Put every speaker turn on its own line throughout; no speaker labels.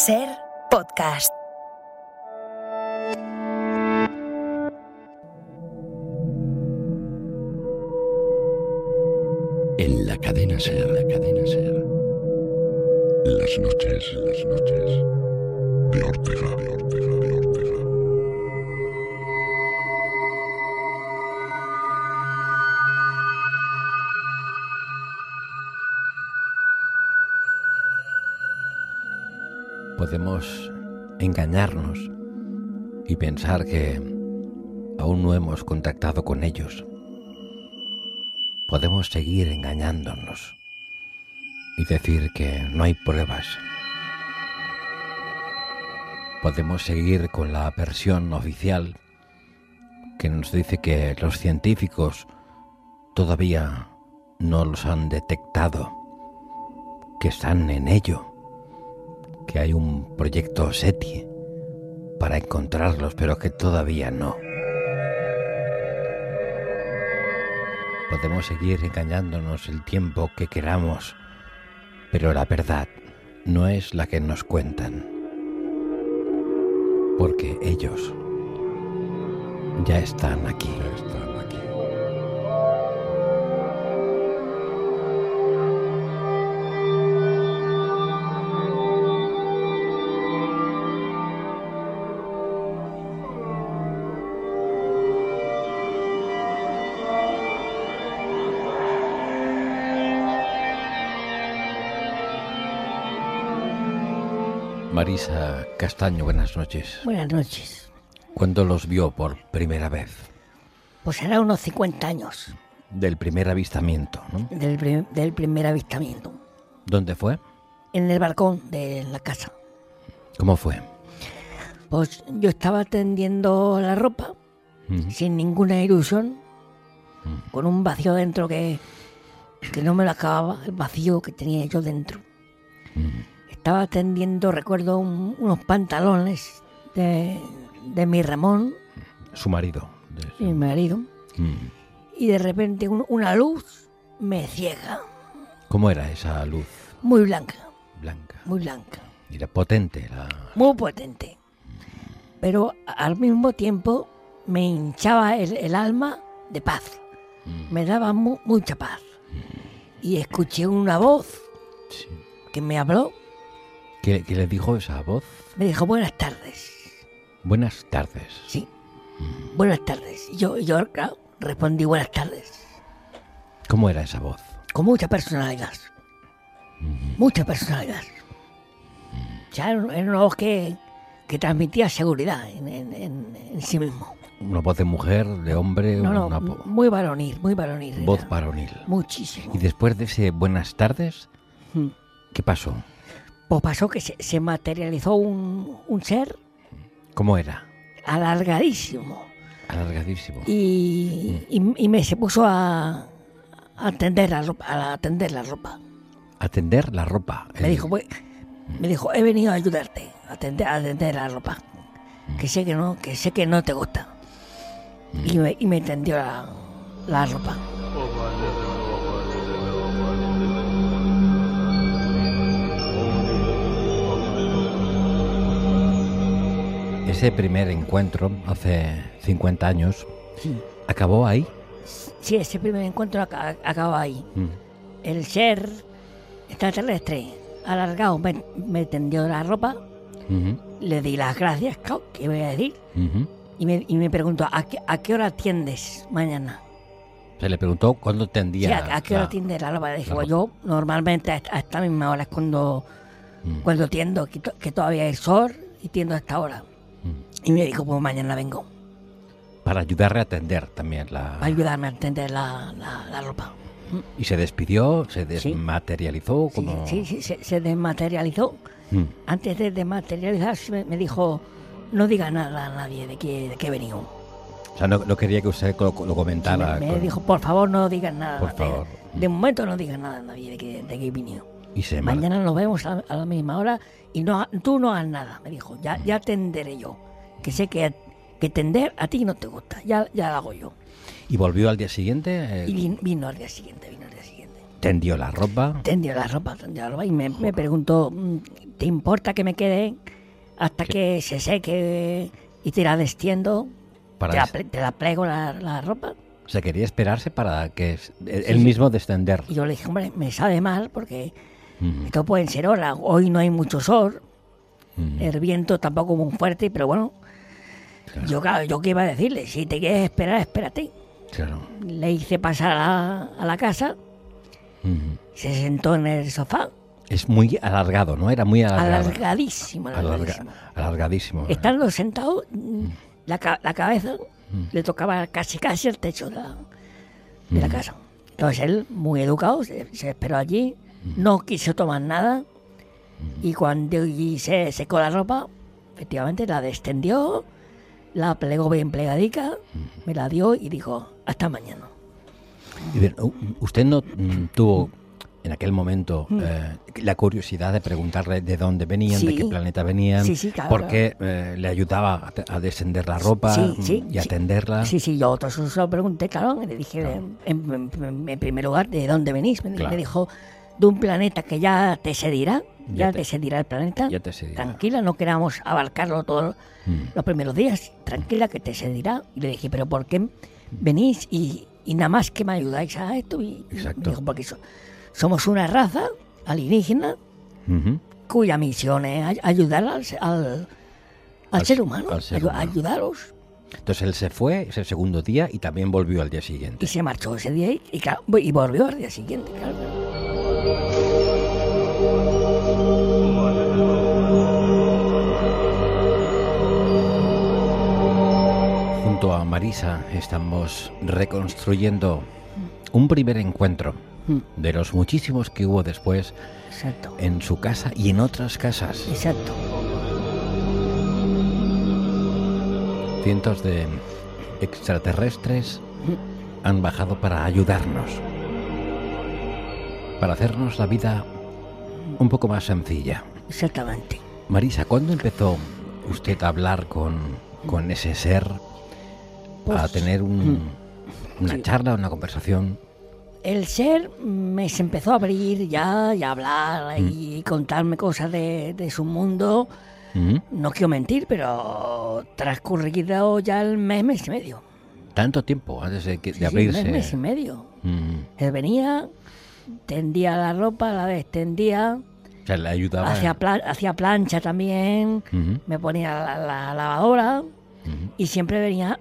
Ser podcast.
En la cadena ser, la cadena ser.
Las noches, las noches de Ortega, de Ortega, de Ortega.
podemos engañarnos y pensar que aún no hemos contactado con ellos. Podemos seguir engañándonos y decir que no hay pruebas. Podemos seguir con la versión oficial que nos dice que los científicos todavía no los han detectado, que están en ello que hay un proyecto SETI para encontrarlos, pero que todavía no. Podemos seguir engañándonos el tiempo que queramos, pero la verdad no es la que nos cuentan. Porque ellos ya están aquí.
Ya están aquí.
Marisa Castaño, buenas noches.
Buenas noches.
¿Cuándo los vio por primera vez?
Pues hará unos 50 años
Del primer avistamiento, ¿no?
del, pri- del primer avistamiento.
¿Dónde fue?
En el balcón de la casa.
¿Cómo fue?
Pues yo estaba tendiendo la ropa
Ujú.
sin ninguna ilusión, con un vacío dentro que, que no me lo acababa, el vacío que tenía yo dentro. Estaba tendiendo, recuerdo, un- unos pantalones de, de mi Ramón,
Su marido. de-
mi marido,
Mm.
y de repente un- una luz me ciega,
¿Cómo era esa luz
muy blanca,
blanca?
muy blanca.
Era potente la...
muy potente. Pero al mismo tiempo me hinchaba el, el alma de paz. Me daba mu- mucha paz. Y escuché una voz
Sí.
que me habló,
¿Qué, qué le dijo esa voz?
me dijo buenas tardes.
Buenas tardes.
Sí, buenas tardes. Y Yo, yo claro, respondí buenas tardes.
¿Cómo era esa voz?
Con mucha personalidad. Mucha personalidad. O sea, era era una voz que, que transmitía seguridad en- en- en- en sí mismo.
¿Una voz de mujer, de hombre?
No, no,
una
m-
po-
muy varonil, muy varonil. era.
voz varonil.
Muchísimo.
Y después de ese buenas tardes,
Mm.
¿qué pasó?
Pues pasó que se, se materializó un, un ser
¿Cómo era?
alargadísimo
Alargadísimo.
y, y- y me se puso a, a tender la ropa. A tender la ropa.
Atender la ropa.
Me
el-
dijo, pues, me dijo, he venido a ayudarte a tender, a tender la ropa. Que sé que no, que sé que no te gusta.
Mm.
Y, me, y me tendió la, la ropa.
Ese primer encuentro, hace 50 años, ¿acabó ahí?
Sí, ese primer encuentro aca- acabó ahí. El ser extraterrestre alargado me, me tendió la ropa,
Ujú,
le di las gracias, claro, ¿qué voy a decir?
ujú.
Y me, y me preguntó, ¿a qué, a qué hora atiendes mañana?
Se le preguntó cuándo
Sí,
tendía...
¿a, a qué hora
la-
atiendes la ropa? Le dije,
la
"Pues yo normalmente a esta- a esta misma hora es cuando,
Mm.
cuando tiendo, que, to- que todavía hay sol y tiendo a esta hora.
Mm.
Y me dijo, pues mañana vengo
Para ayudarle a atender también la...
a ayudarme a tender la, la- la ropa.
Y se despidió, se
Sí.
desmaterializó.
Sí,
como...
sí, sí, se, se desmaterializó.
Mm.
Antes de desmaterializarse me, me dijo, no diga nada a nadie de que de qué he venido.
O sea, no, no quería que usted lo, lo comentara.
me
con-
dijo, por favor, no digas nada.
Por
de-
favor.
De, momento no digas nada a nadie de que, de que he venido.
Y se mar-
Mañana nos vemos a, a la misma hora y no, ha- tú no hagas nada, me dijo. Ya, ya tenderé yo. Que sé que, que tender a ti no te gusta. Ya, ya lo hago yo.
Y volvió al día siguiente. eh,
Y vin- vino al día siguiente, vino al día siguiente.
tendió la ropa.
tendió la ropa, tendió la ropa y me, me preguntó, mm, ¿te importa que me quede hasta que se seque y te la destiendo?
Para
te, la,
des-
ple- te la plego la, la ropa.
O sea, quería esperarse para que s- él él mismo descender.
Y yo le dije, hombre, me sabe mal porque
Ujú.
esto pueden ser horas. Hoy no hay mucho sol, el viento tampoco muy fuerte, pero bueno, yo claro, yo qué iba a decirle, si te quieres esperar, espérate.
Claro.
Le hice pasar a, a la casa,
Ujú.
se sentó en el sofá,
Es muy alargado, ¿no? Era muy alargado.
alargadísimo,
Alarga-
alargadísimo.
alargadísimo.
Estando sentado, mm, la, ca- la cabeza le tocaba casi casi el techo de la, de la casa. Entonces él, muy educado, se, se esperó allí, no quiso tomar nada y cuando y se secó la ropa, efectivamente la descendió, la plegó bien plegadica, me la dio y dijo, hasta mañana.
Y bien, u- ¿Usted no mm, tuvo en aquel momento
Mm.
eh, la curiosidad de preguntarle de dónde venían, de
Sí.
qué planeta venían?
Sí, sí, claro,
¿Por qué eh, le ayudaba a te- a descender la ropa
Sí, sí,
mm, y
sí.
a tenderla?
Sí, sí, yo otros se lo pregunté, claro, y le dije, en, en- en- en primer lugar, ¿de dónde venís? Me, di-
Claro.
me dijo, de un planeta que ya te sedirá,
Ya
ya,
te-
te, sedirá el planeta.
ya te Mm. sedirá.
Tranquila, no queramos abarcarlo todos los primeros días, tranquila que te sedirá. Y le dije, ¿pero por
Mm.
qué venís y, y nada más que me ayudáis a esto? Y, y
Exacto.
me dijo, porque so- somos una raza alienígena
Ujú.
cuya misión es ay- ayudar al, se- al- al
Al-
ser humano,
al ser
ayu-
humano.
ayudaros.
Entonces él se fue ese segundo día y también volvió al día siguiente.
Y se marchó ese día y, y claro, y volvió al día siguiente. claro.
Junto a Marisa estamos reconstruyendo un primer encuentro
Mm.
de los muchísimos que hubo después
Exacto.
en su casa y en otras casas.
Exacto.
Cientos de extraterrestres han bajado para ayudarnos, para hacernos la vida un poco más sencilla.
Exactamente.
Marisa, ¿cuándo empezó usted a hablar con, con ese ser, a
Pues,
tener un- una
sí.
charla, una conversación?
El ser me se empezó a abrir ya y a hablar y contarme cosas de, de su mundo.
¿Mm?
No quiero mentir, pero transcurrido ya el mes, mes y medio.
Tanto tiempo antes de, que- de
Sí, sí,
abrirse.
mes, mes y medio.
Mm.
Él venía, tendía la ropa, la destendía,
O sea, le ayudaba. Mm,
hacía, pla- hacía plancha también,
Ujú,
me ponía la, la lavadora
ujú.
y siempre venía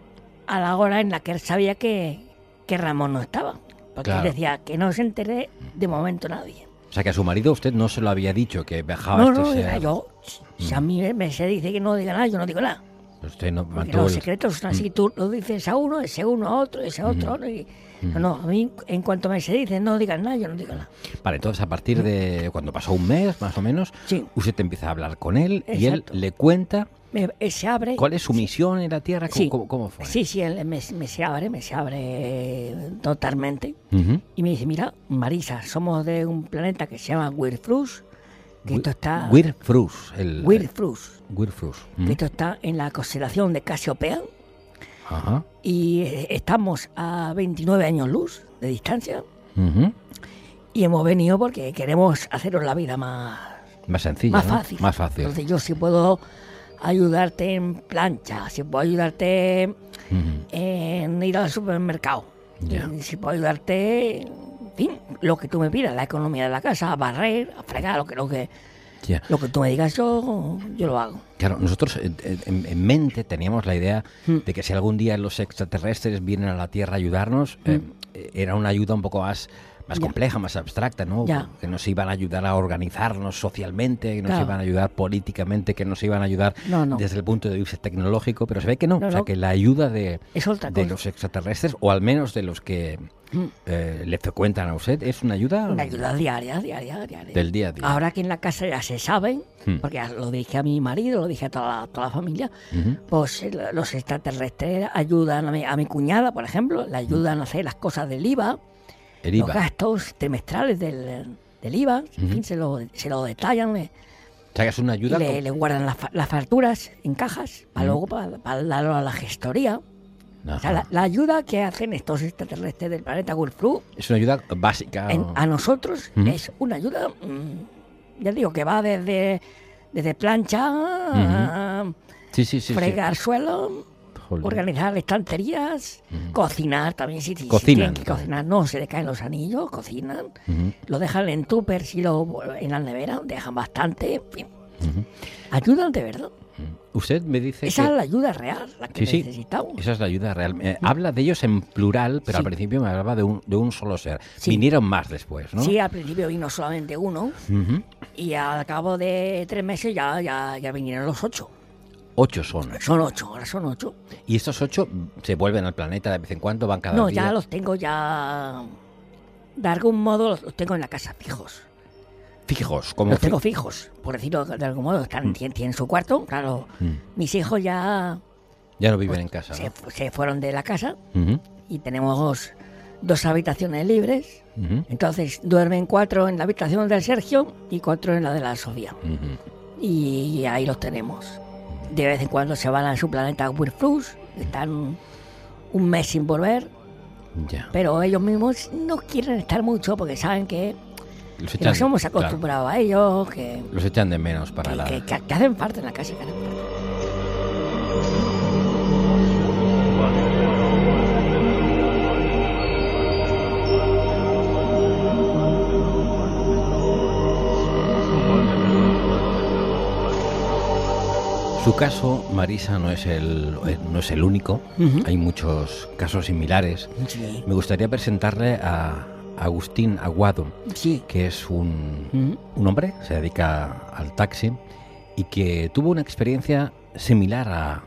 a la hora en la que él sabía que, que Ramón no estaba. Porque él
Claro.
decía que no se enteré de momento nadie.
O sea, que a su marido usted no se lo había dicho que bajaba
No,
este
no,
ser.
yo,
Mm.
si a mí me- me se dice que no diga nada, yo no digo nada.
Usted no
Porque
mantuvo
los
el- Mm.
secretos son así, tú lo dices a uno, ese uno a otro, ese otro a otro. y-
Mm.
No, no, a mí en cuanto me se dice no digas nada, yo no digo nada.
Vale, entonces a partir de cuando pasó un mes, más o menos,
Sí.
usted empieza a hablar con él y él
Exacto.
le cuenta
Me- eh, se abre.
cuál es su misión en la Tierra, cómo,
Sí.
cómo- cómo fue.
Sí, sí, él me, me se abre, me se abre totalmente.
Ujú.
Y me dice, mira, Marisa, somos de un planeta que se llama Wirfrus, que esto está...
Wirfrus, el...
Wirfrus,
Wirfrus.
que esto está en la constelación de Casiopea.
Ajá.
Y eh, estamos a 29 años luz de distancia.
Ujú.
Y hemos venido porque queremos haceros la vida más,
Más sencillo,
más
¿no?
fácil.
Más fácil.
Entonces yo si puedo ayudarte en plancha, si puedo ayudarte
Ujú.
en ir al supermercado,
Ya.
si puedo ayudarte, en fin, lo que tú me pidas, la economía de la casa, a barrer, a fregar, lo que, lo que,
Ya.
lo que tú me digas yo, yo lo hago.
Claro, nosotros eh, eh, en, en mente teníamos la idea
Hmm.
de que si algún día los extraterrestres vienen a la Tierra a ayudarnos, eh, eh, era una ayuda un poco más, más
Hmm. Ya.
compleja, más abstracta, ¿no?
Ya.
Que nos iban a ayudar a organizarnos socialmente, que nos
Claro.
iban a ayudar políticamente, que nos iban a ayudar
No, no.
desde el punto de vista tecnológico, pero se ve que no.
No,
o sea,
no.
que la ayuda de,
Es otra
de
cosa.
los extraterrestres, o al menos de los que eh, le frecuentan a usted, es una ayuda,
Hmm. Una ayuda diaria, diaria, diaria.
del día a día.
Ahora que en la casa ya se saben,
Hmm.
porque ya lo dije a mi marido, lo dije a toda la, toda la familia, pues eh, lo- los extraterrestres ayudan a mi, a mi cuñada, por ejemplo, le ayudan a hacer las cosas del IVA,
El
los
Hmm. IVA.
gastos trimestrales del, del IVA, en fin, se lo, se lo detallan, le,
O sea, que es una ayuda
le-
como-
le guardan las fa- las facturas en cajas, para luego para, para darlo a la gestoría. O
Ah.
sea, la, la ayuda que hacen estos extraterrestres del planeta Gulfru
Es una ayuda básica.
en- a nosotros
Ah. Ujú.
es una ayuda, mm, ya digo, que va desde, desde plancha, a
sí, sí, sí. sí.
fregar suelo,
Jolín.
organizar estanterías, cocinar también. Si, si
Cocinan
tienen que
también.
cocinar, no se le caen los anillos, cocinan.
Ujú.
Lo dejan en tuppers y lo en la nevera, dejan bastante. en fin. Ayudan de verdad.
Usted me dice
Esa
que...
es la ayuda real, la que
Sí, sí.
necesitamos.
Esa es la ayuda real. Eh, habla de ellos en plural, pero al
Mm. Sí.
principio me hablaba de un, de un solo ser.
Sí.
Vinieron más después, ¿no?
Sí, al principio vino solamente uno
Ujú.
y al cabo de tres meses ya, ya, ya vinieron los ocho.
Ocho son.
Son ocho, ahora son ocho.
Y estos ocho se vuelven al planeta de vez en cuando, van cada
no,
día.
ya los tengo ya... De algún modo los los tengo en la casa fijos.
Fijos, como
Los
fi-
tengo fijos, por decirlo de algún modo. Están, tienen, tienen su cuarto, claro.
Mm.
Mis hijos ya
Ya no viven en casa,
se,
¿no?
fu- se fueron de la casa
Ujú,
y tenemos dos habitaciones libres.
ujú,
Entonces duermen cuatro en la habitación del Sergio y cuatro en la de la Sofía.
ujú.
y ahí los tenemos. De vez en cuando se van a su planeta Wirflux, están un mes sin volver,
Ya.
pero ellos mismos no quieren estar mucho porque saben que,
Los
que nos hemos
claro,
acostumbrado a ellos, que,
los echan de menos para
que-
la...
que- que- que hacen parte en la casa. que hacen parte.
Su caso, Marisa, no es el, eh, no es el único.
Ujú.
Hay muchos casos similares.
Sí,
Me gustaría presentarle a Agustín Aguado,
sí.
que es un,
Ujú.
un hombre, se dedica al taxi y que tuvo una experiencia similar a,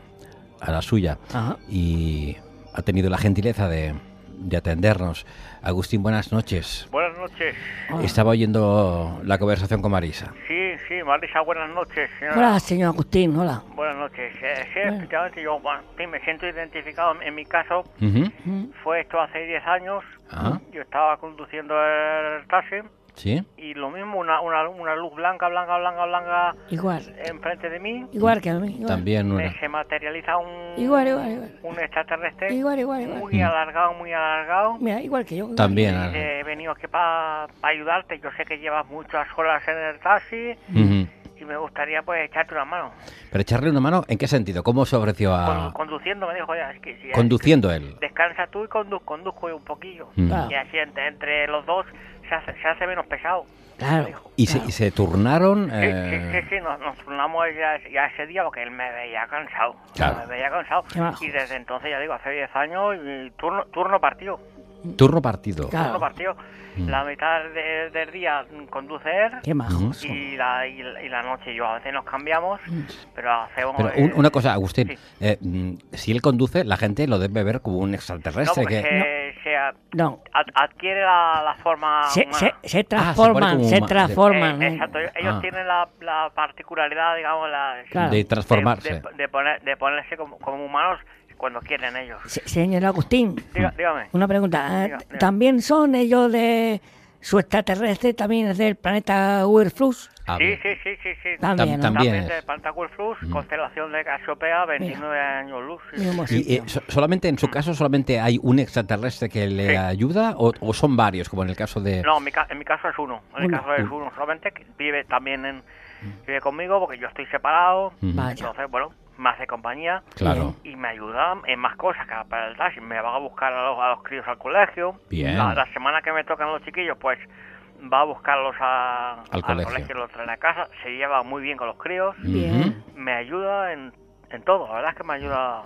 a la suya
Ajá.
y ha tenido la gentileza de, de atendernos. Agustín, buenas noches.
Buenas noches.
Hola.
Estaba oyendo la conversación con Marisa.
Sí, sí, Marisa, buenas noches. señora.
Hola, señor Agustín, hola.
Buenas noches. Eh, sí, efectivamente, yo bueno, sí, me siento identificado. En mi caso,
Ujú.
fue esto hace 10 años.
Ah.
Ajá.
Yo estaba conduciendo el taxi
¿Sí?
y lo mismo, una, una, una luz blanca, blanca, blanca, blanca
Igual,
enfrente de mí.
igual que a mí. Igual,
También
Eh,
una.
se materializa un,
igual, igual. Igual,
un extraterrestre
igual, igual. igual. Mm.
muy alargado, muy alargado.
Mira, igual que yo. igual.
También.
Y dice, He venido aquí para ayudarte. Yo sé que llevas muchas horas en el taxi
Ujú.
y me gustaría pues echarte una mano.
Pero echarle una mano, ¿en qué sentido? ¿Cómo se ofreció
Con-
a...
conduciendo me dijo, "Oye, es que si-
Conduciendo él.
descansa tú y condu- conduzco yo un poquillo.
Mm.
Claro.
Y así entre, entre los dos se hace, se hace menos pesado.
Claro.
Y se,
claro.
y se turnaron...
Sí, sí,
eh,
sí, sí, nos, nos turnamos ya, ya ese día porque él me veía cansado.
Claro.
Me veía cansado.
Qué bajo.
Y desde entonces, ya digo, hace 10 años, y turno, turno partido.
Turno partido.
Claro.
Turno partido.
Mm.
La mitad de- del día mm, conduce él.
Qué majos. son.
Y la, y, la- y la noche yo a veces nos cambiamos,
Mm.
pero hacemos...
Pero
eh,
un- una cosa, Agustín,
sí.
eh, mm, si él conduce, la gente lo debe ver como un
No, pues, eh,
extraterrestre.
porque
que...
se- se a-
No,
ad- adquiere la, la forma
se,
humana.
se, se
Ah, se pone
transforman,
como
se,
huma-
transforman.
Eh,
¿eh?
exacto, ellos
Ah.
tienen la, la particularidad, digamos, la,
Claro.
De
De-
transformarse.
De, de poner- de ponerse como, como humanos cuando quieren ellos.
Se- señor Agustín,
Diga- dígame.
una pregunta. ¿eh?
Diga, diga.
¿También son ellos de su extraterrestre, también es del planeta Wirflux?
Ah,
Sí,
bien.
sí, sí, sí, sí.
También, ¿no?
también es. Mm.
de Pantacul Flux, constelación de Casiopea, 29 años luz. sí, sí.
Mismo
Y, eh,
sitio.
so- solamente en su caso solamente hay un extraterrestre que le
Mm. Sí.
ayuda o, o son varios como en el caso de
No, en mi, ca- en mi caso es uno. En el
Uno.
caso es uno solamente que vive también en, vive conmigo porque yo estoy separado.
Vaya.
Entonces, bueno, más de compañía.
claro
y me ayuda en más cosas que para el taxi. Me va a buscar a los, a los críos al colegio.
Bien.
La, la semana que me tocan los chiquillos, pues va a buscarlos a-
Al colegio.
los trae a casa. Se lleva muy bien con los críos.
Bien.
Me ayuda en, en todo. La verdad es que me ayuda,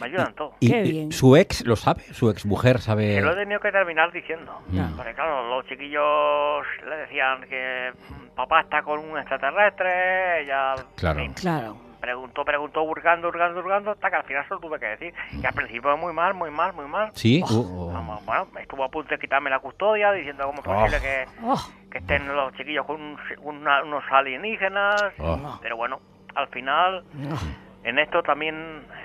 me ayuda en todo.
y, eh,
Qué
y
bien.
su ex lo sabe su ex mujer sabe
Que lo he tenido que terminar diciendo.
Mm.
Porque claro, los chiquillos le decían que mm, papá está con un extraterrestre, ella
Claro.
en fin,
Claro.
preguntó, preguntó, hurgando, hurgando, hurgando, hasta que al final se lo tuve que decir. Y al principio muy mal, muy mal, muy mal.
sí
Oh,
uh, oh. o- o-
Vamos, Bueno, Ah, estuvo a punto de quitarme la custodia, diciendo cómo es posible que,
Oh,
que estén los chiquillos con un- una- unos alienígenas.
Oh.
Pero bueno, al final, en esto también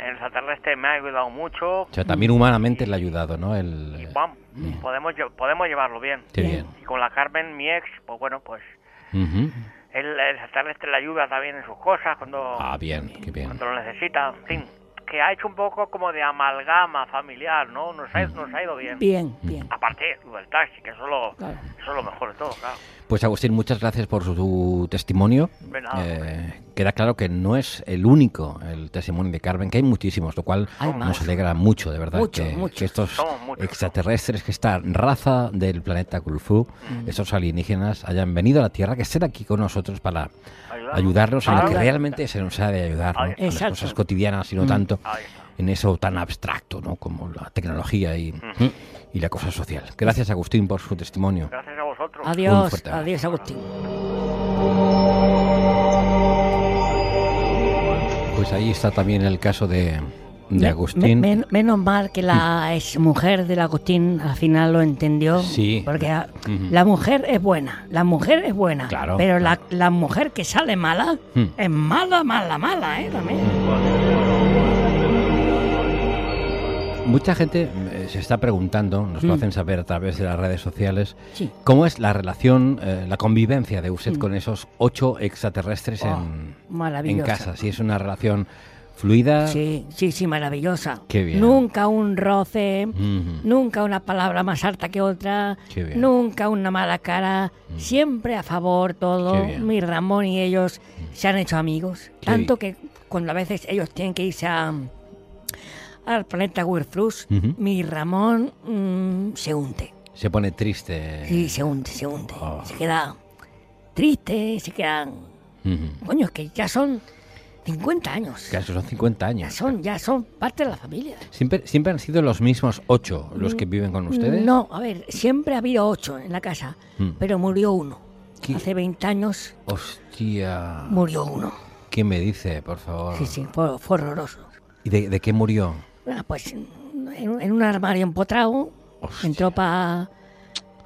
el extraterrestre me ha ayudado mucho.
o sea también humanamente le ha ayudado no el
Y vamos, podemos, lle- podemos llevarlo bien.
Qué bien.
Y con la Carmen, mi ex, pues bueno, pues
Ujú.
el, el extraterrestre le ayuda también en sus cosas cuando,
ah bien qué bien
cuando lo necesita. En fin, que ha hecho un poco como de amalgama familiar, ¿no? Nos ha, nos ha ido bien.
Bien, bien.
Aparte lo del taxi, que eso es lo,
Claro.
eso es lo mejor de todo, claro.
Pues Agustín, muchas gracias por su, tu testimonio.
De nada,
Eh, queda claro que no es el único el testimonio de Carmen, que hay muchísimos, lo cual
Hay más.
nos alegra mucho, de verdad,
Mucho,
que,
mucho.
que estos
Somos muchos.
extraterrestres, que esta raza del planeta Kulfu,
Mm.
estos alienígenas, hayan venido a la Tierra, que estén aquí con nosotros para
Ayudarnos.
ayudarnos en lo que
Ayudar.
realmente se nos ha de ayudar, ¿no?
Ahí Mm.
está.
en las
Exacto.
cosas cotidianas y no tanto
Ahí está.
en eso tan abstracto, ¿no? Como la tecnología y,
Mm.
y la cosa social. Gracias Agustín por su testimonio.
Gracias a vosotros.
Un
Adiós,
fuerte abrazo.
adiós, Agustín.
Pues ahí está también el caso de, de
Me-
Agustín. Mm.
me- men- menos mal que la exmujer del Agustín al final lo entendió.
Sí.
Porque a- la mujer es buena, la mujer es buena.
Claro,
pero La, la mujer que sale mala
Mm.
es mala, mala, mala, ¿eh? También.
Mucha gente eh, se está preguntando, nos lo hacen saber a través de las redes sociales,
Mm. Sí. Mm.
cómo es la relación, eh, la convivencia de usted con esos ocho extraterrestres
Oh,
en, en
maravillosa.
casa. Si es una relación fluida.
Sí, sí, sí, maravillosa.
Qué bien. Mm.
Nunca un roce,
Ujú.
nunca una palabra más alta que otra,
Qué bien. Mm.
nunca una mala cara, siempre a favor todo.
Qué bien. Mm.
Mi Ramón y ellos se han hecho amigos,
Qué
tanto que cuando a veces ellos tienen que irse a- al planeta Wirflux,
Ujú.
mi Ramón mm, se hunde.
Se pone triste.
Sí, se hunde, se hunde.
Oh.
Se queda triste, se quedan...
Ujú.
Coño, es que ya son 50 años.
Claro, son 50
Ya
años.
son, ya son parte de la familia.
¿Siempre, ¿Siempre han sido los mismos ocho los que viven con ustedes?
Mm. No, a ver, siempre ha habido ocho en la casa,
Mm.
pero murió uno.
¿Qué?
Hace 20 años
Hostia.
murió uno.
¿Qué me dice, por favor?
Sí, sí, fue, fue horroroso.
¿Y de, de qué murió?
Ah, pues en, en un armario empotrado,
Hostia.
entró para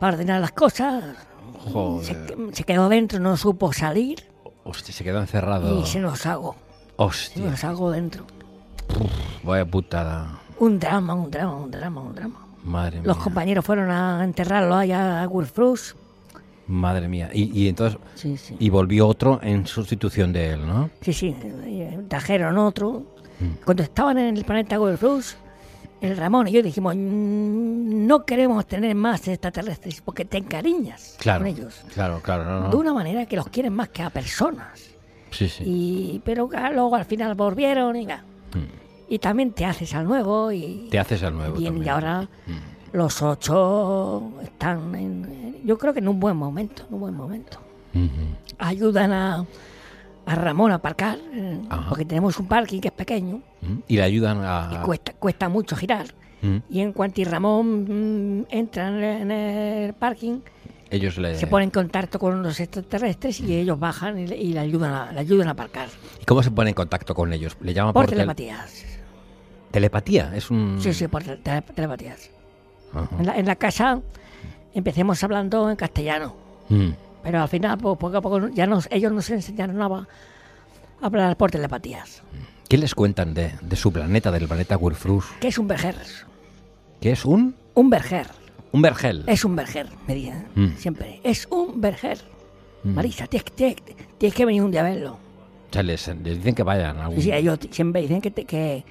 ordenar las cosas, se,
Joder.
se quedó dentro, no supo salir
Hostia, se quedó encerrado.
y se nos hago, se
Ah. Hostia,
nos hago dentro.
vaya putada.
Un drama, un drama, un drama, un drama.
Madre
Los
mía.
compañeros fueron a enterrarlo allá a Wilfrus.
Madre mía. Y, y entonces.
Sí, sí.
Y volvió otro en sustitución de él, ¿no?
Sí, sí, eh, trajeron otro.
Mm.
Cuando estaban en el planeta Gold Plus, el Ramón y yo dijimos, "Mm, no queremos tener más extraterrestres porque te encariñas
Claro.
con ellos.
Claro, claro, no, no.
De una manera que los quieren más que a personas.
Sí, sí.
Y, pero ah, luego al final volvieron y, nada. y también te haces al nuevo y,
Mm. Te haces al nuevo.
bien,
también. Mm.
y ahora los ocho están, en- eh, yo creo que en un buen momento, en un buen momento
Ujú.
ayudan a, a Ramón a aparcar, eh,
Ajá.
porque tenemos un parking que es pequeño
Mm. Y le ayudan
y
a.
cuesta, cuesta mucho girar.
Mm.
Y en cuanto y Ramón mm, entra en el, en el parking,
Ellos le.
se pone en contacto con los extraterrestres y ellos bajan y, le- y le, ayudan a, le ayudan a aparcar.
¿Y cómo se pone en contacto con ellos? Le llama
Por
tel-
telepatías.
Telepatía. Es un.
Sí, sí, por tele- tele- telepatías.
Ajá.
En la, en la casa empecemos hablando en castellano,
Mm.
pero al final, pues, poco a poco, ya nos, ellos nos enseñaron a a hablar por telepatías.
¿Qué les cuentan de, de su planeta, del planeta Wurfrus?
¿Qué es un verger?
Que es un.
Un verger.
Un vergel.
Es un verger, me dicen
Mm.
siempre. Es un verger. Marisa, tienes, que- tienes que- tienes que venir un día a verlo.
O sea, les, les dicen que vayan a algún.
Sí, sí, ellos t- siempre dicen que, te- que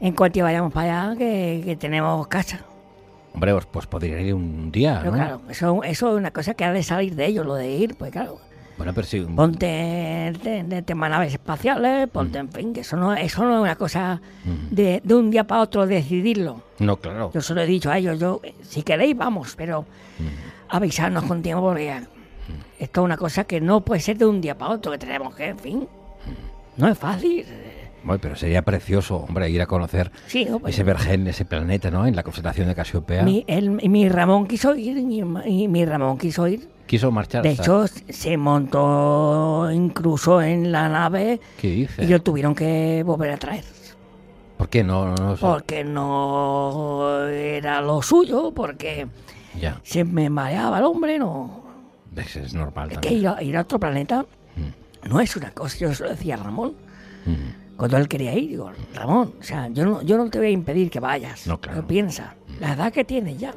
en cuanto vayamos para allá, que, que tenemos casa.
Hombre, pues, pues podría ir un día,
Pero
¿no?
claro, eso, eso es una cosa que ha de salir de ellos, lo de ir, pues claro.
Bueno, pero sí. un-
Ponte de, de, tema naves espaciales, ponte, en fin, que eso no, eso no es una cosa de, de un día para otro decidirlo.
No, claro.
Yo se lo he dicho a ellos, yo, eh, si queréis, vamos, pero avisarnos con tiempo porque eh, esto es una cosa que no puede ser de un día para otro, que tenemos que, en fin, no es fácil.
Bueno, pero sería precioso, hombre, ir a conocer
Sí, no, pues,
ese vergel, ese planeta, ¿no? En la constelación de Casiopea.
mi, el- y mi Ramón quiso ir, y mi, herma- y mi Ramón quiso ir.
Quiso marchar
De
hasta-
hecho, se montó incluso en la nave
¿Qué dice?
y lo tuvieron que volver a traer.
¿Por qué no? no sé.
Porque no era lo suyo, porque
Ya,
se me mareaba el hombre, no,
es, es normal
Es que
también. Mm.
ir a, ir a otro planeta no es una cosa, yo se lo decía a Ramón. Cuando él quería ir, digo, Ramón, o sea, yo no, yo no te voy a impedir que vayas.
No, claro. Mm.
Pero piensa, la edad que tienes ya,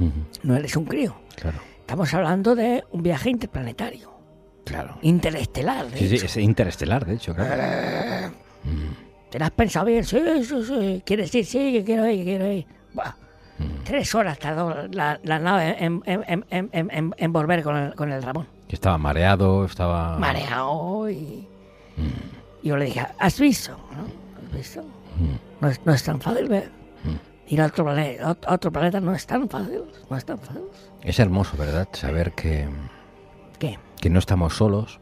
Ujú,
no eres un crío.
Claro,
Estamos hablando de un viaje interplanetario,
claro.
interestelar. de
Sí, sí,
hecho.
es interestelar, de hecho, claro.
¿Te las has pensado bien? Sí, sí, sí. ¿Quieres ir? Sí, que quiero ir, que quiero ir. Buah,
Mm.
Tres horas tardó la, la nave en, en- en- en- en- en- en volver con el, con el Ramón.
Estaba mareado, estaba...
Mareado y... y Yo le dije, ¿has visto? ¿No? ¿Has visto? No, es, no es tan fácil ver. Ir a otro, planeta, a otro planeta no es tan fácil. No es tan fácil.
Es hermoso, ¿verdad? Saber que,
¿Qué?
que no estamos solos,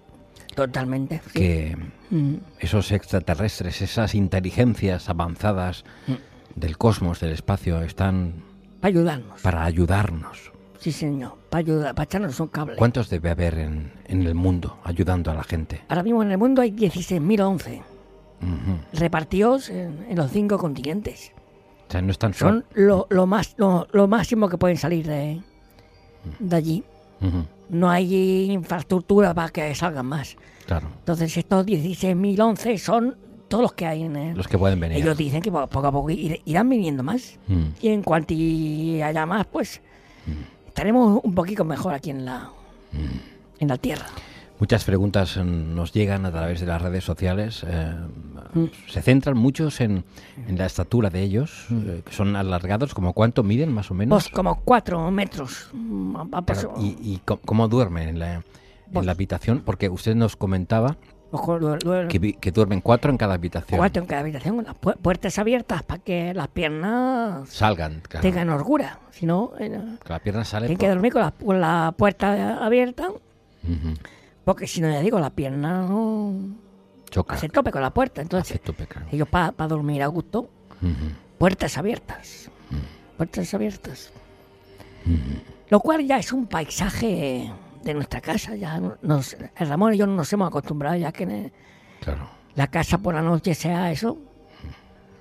Totalmente. sí.
que
Mm.
esos extraterrestres, esas inteligencias avanzadas
Mm.
del cosmos, del espacio, están
Para ayudarnos.
para ayudarnos.
Sí, señor. Para ayudar, para echarnos un cable.
¿Cuántos debe haber en, en el mundo ayudando a la gente?
Ahora mismo en el mundo hay 16.011
Ujú.
repartidos en, en los cinco continentes.
O sea, no están solos.
Son lo, lo más, lo, lo máximo que pueden salir de, de allí.
Ujú,
No hay infraestructura para que salgan más.
Claro.
Entonces estos 16.011 son todos los que hay en el-
Los que pueden venir.
Ellos dicen que po- poco a poco ir- irán viniendo más.
Mm.
Y en cuanto y haya más, pues estaremos un poquito mejor aquí en la,
Mm.
en la Tierra.
Muchas preguntas mm, nos llegan a través de las redes sociales. eh,
Mm.
Se centran muchos en, en la estatura de ellos, eh, que son alargados, como cuánto miden más o menos.
Mm. Pues como cuatro metros. mm, a- a-
Claro, y, y co- cómo duermen en la, en
Pues-
la habitación, porque usted nos comentaba
Ojo, du- du-
que, vi- que duermen cuatro en cada habitación.
cuatro en cada habitación, con las pu- puertas abiertas para que las piernas
Salgan, claro.
tengan holgura. Si no, eh, no.
Que la pierna sale.
tienen que
por-
dormir con la, con la puerta abierta,
Ujú,
porque si no, ya digo, la pierna no
Choca.
hace tope con la puerta. Entonces,
Hace tope, claro.
ellos para dormir a gusto,
Ujú.
puertas abiertas. Puertas abiertas. Lo cual ya es un paisaje de nuestra casa. Ya nos, el Ramón y yo nos hemos acostumbrado ya que en-
Claro.
la casa por la noche sea eso,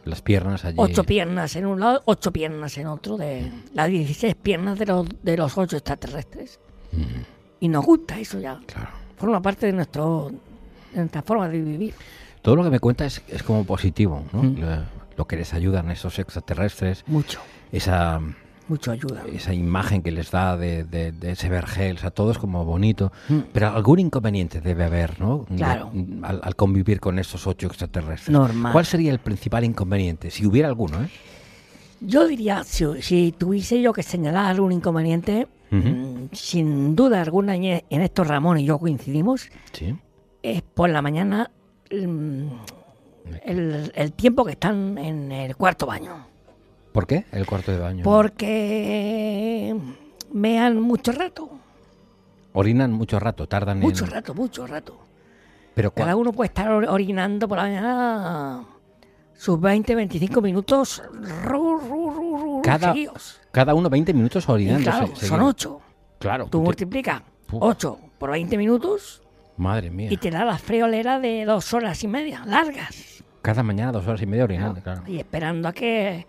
Las piernas allí.
ocho piernas en un lado, ocho piernas en otro, de las 16 piernas de los, de los ocho extraterrestres. Y nos gusta eso ya,
Claro.
forma parte de, nuestro, de nuestra forma de vivir.
Todo lo que me cuenta es, es como positivo, ¿no?
Mm.
Lo, lo que les ayudan esos extraterrestres,
Mucho,
esa,
mucho ayuda.
esa imagen que les da de, de- de ese vergel, o sea, todo es como bonito. Pero algún inconveniente debe haber, ¿no? De-
Mm. Claro.
al, al convivir con esos ocho extraterrestres.
Normal.
¿Cuál sería el principal inconveniente? Si hubiera alguno, ¿eh?
Yo diría, si, si tuviese yo que señalar algún inconveniente, mm, sin duda alguna, y en esto Ramón y yo coincidimos,
Sí.
es por la mañana mm, el, el tiempo que están en el cuarto baño.
¿Por qué? El cuarto de baño.
Porque mean mucho rato,
Orinan mucho rato, tardan
mucho
en...
rato, mucho rato.
Pero cua-
Cada uno puede estar or- orinando por la mañana sus 20, 25 minutos ru, ru, ru, ru,
Cada-
seguidos.
cada uno 20 minutos
Y
orinando.
claro,
se-
son
seguido.
8.
Claro.
Tú
te-
multiplicas
Uf.
8 por 20 minutos
Madre mía.
y te da la friolera de dos horas y media, largas.
Cada mañana dos horas y media orinando, claro.
Y esperando a que,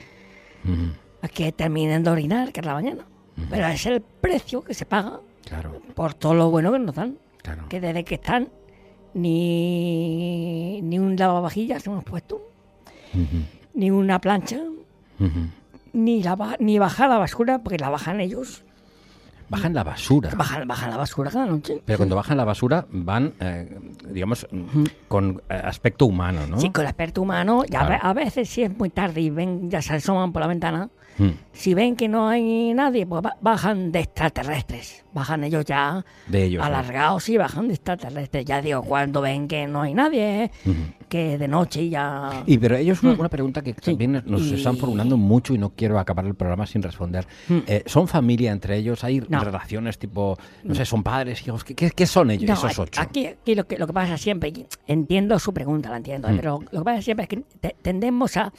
Ujú,
a que terminen de orinar, que es la mañana. Pero es el precio que se paga
Claro,
por todo lo bueno que nos dan.
claro.
que desde que están ni, ni un lavavajillas hemos puesto, ni una plancha,
Ujú.
ni, la, ba- ni bajar la basura, porque la bajan ellos.
Bajan la basura.
Bajan, bajan la basura cada noche.
Pero cuando bajan la basura van, eh, digamos, con eh, aspecto humano, ¿no?
Sí, con el experto humano, y a,
Claro.
ve- a veces si es muy tarde y ven, ya se asoman por la ventana,
Mm.
si ven que no hay nadie, pues ba- bajan de extraterrestres. Bajan ellos ya
De ellos. ¿no?
alargados y bajan de extraterrestres. Ya digo, cuando ven que no hay nadie, que de noche ya...
Y pero ellos, una, una pregunta que también nos
Y-
están formulando mucho y no quiero acabar el programa sin responder. Eh, ¿Son familia entre ellos? ¿Hay
No.
relaciones tipo, no sé, son padres, hijos? ¿Qué, qué- qué son ellos,
No,
esos
a-
ocho?
Aquí, aquí lo, que, lo que pasa siempre, y entiendo su pregunta, la entiendo, ¿eh?
Mm.
pero lo que pasa siempre es que te- tendemos a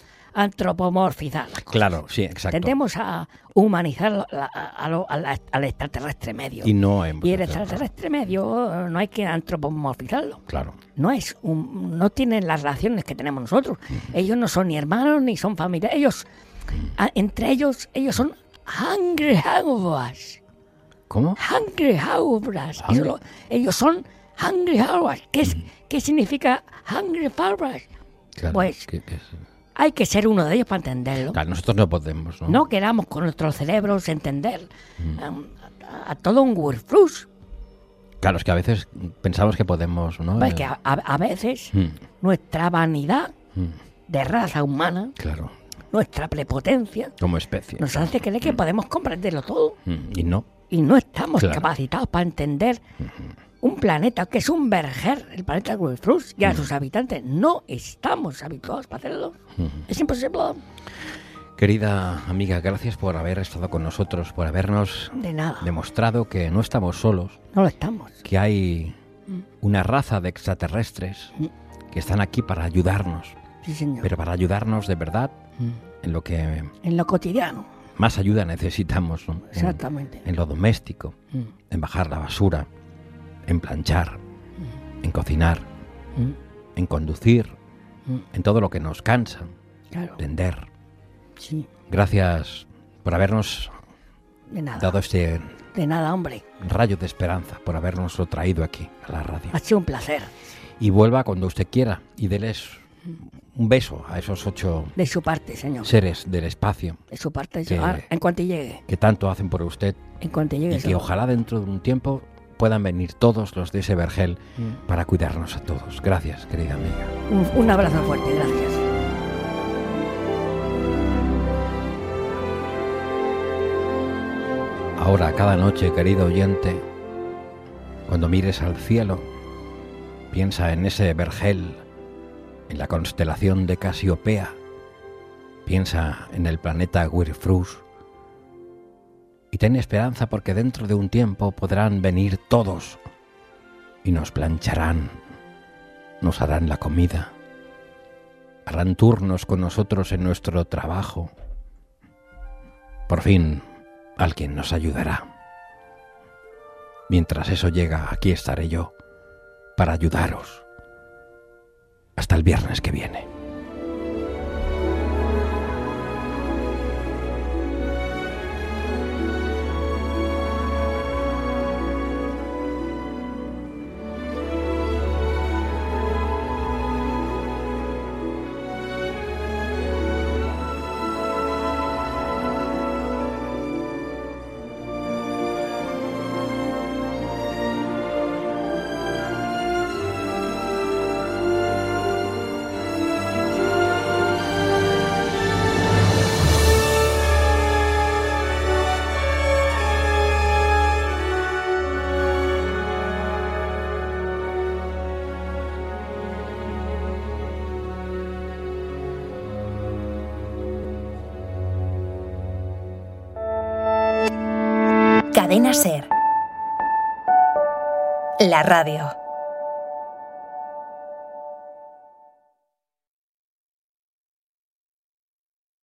antropomorfizar,
Claro, sí, exacto.
tendemos a humanizar la- la- a lo- a la- al extraterrestre medio.
Y no en-
Y el extraterrestre medio eh, no hay que antropomorfizarlo.
Claro.
No es un- no tienen las relaciones que tenemos nosotros. Ellos no son ni hermanos ni son familia. Ellos, a- entre ellos, ellos son hungry hungers.
¿Cómo?
Hungry Howlers. Eso
Hungry-
lo- Ellos son Hungry Howlers. ¿Qué, es, ¿Qué significa Hungry Howlers?
Claro,
Pues-
que- que es-
Hay que ser uno de ellos para entenderlo.
Claro, nosotros no podemos, ¿no?
No queramos con nuestros cerebros entender um, a, a todo un Pues Wurflux.
Claro, es que a veces pensamos que podemos, ¿no?
Pues
Eh,
que a, a- a veces
Mm.
nuestra vanidad de raza humana,
Claro,
nuestra prepotencia,
como especie.
nos hace creer que podemos comprenderlo todo
Mm, Y no.
y no estamos
Mm. Claro. Mm-hmm.
capacitados para entender un planeta que es un verger, el planeta Cruz, y a
Mm.
sus habitantes no estamos habituados para hacerlo.
Mm-hmm.
Es imposible.
Querida amiga, gracias por haber estado con nosotros, por habernos
De nada.
demostrado que no estamos solos,
No lo estamos.
que hay
Mm.
una raza de extraterrestres que están aquí para ayudarnos,
Sí, señor. Mm.
pero para ayudarnos de verdad en lo que
en lo cotidiano.
más ayuda necesitamos, ¿no? en,
Exactamente.
en lo doméstico,
Mm.
en bajar la basura, en planchar, en cocinar,
Mm.
en conducir,
Mm.
en todo lo que nos cansa,
Claro.
vender.
Sí.
Gracias por habernos
De nada.
dado este
De nada, hombre.
rayo de esperanza por habernos traído aquí a la radio.
Ha sido un placer.
Y vuelva cuando usted quiera y déles
Mm.
un beso a esos ocho
De su parte, señor.
seres del espacio
De su parte,
Que-
llegar en cuanto llegue.
que tanto hacen por usted
En cuanto llegue.
y que
señor.
ojalá dentro de un tiempo puedan venir todos los de ese vergel
Mm.
para cuidarnos a todos. Gracias, querida amiga.
Un, un abrazo fuerte. Gracias.
Ahora, cada noche, querido oyente, cuando mires al cielo, piensa en ese vergel, en la constelación de Casiopea, piensa en el planeta Wirfrus y ten esperanza porque dentro de un tiempo podrán venir todos y nos plancharán, nos harán la comida, harán turnos con nosotros en nuestro trabajo. Por fin, alguien nos ayudará. Mientras eso llega, aquí estaré yo para ayudaros. Hasta el viernes que viene.
Cadena Ser. La radio.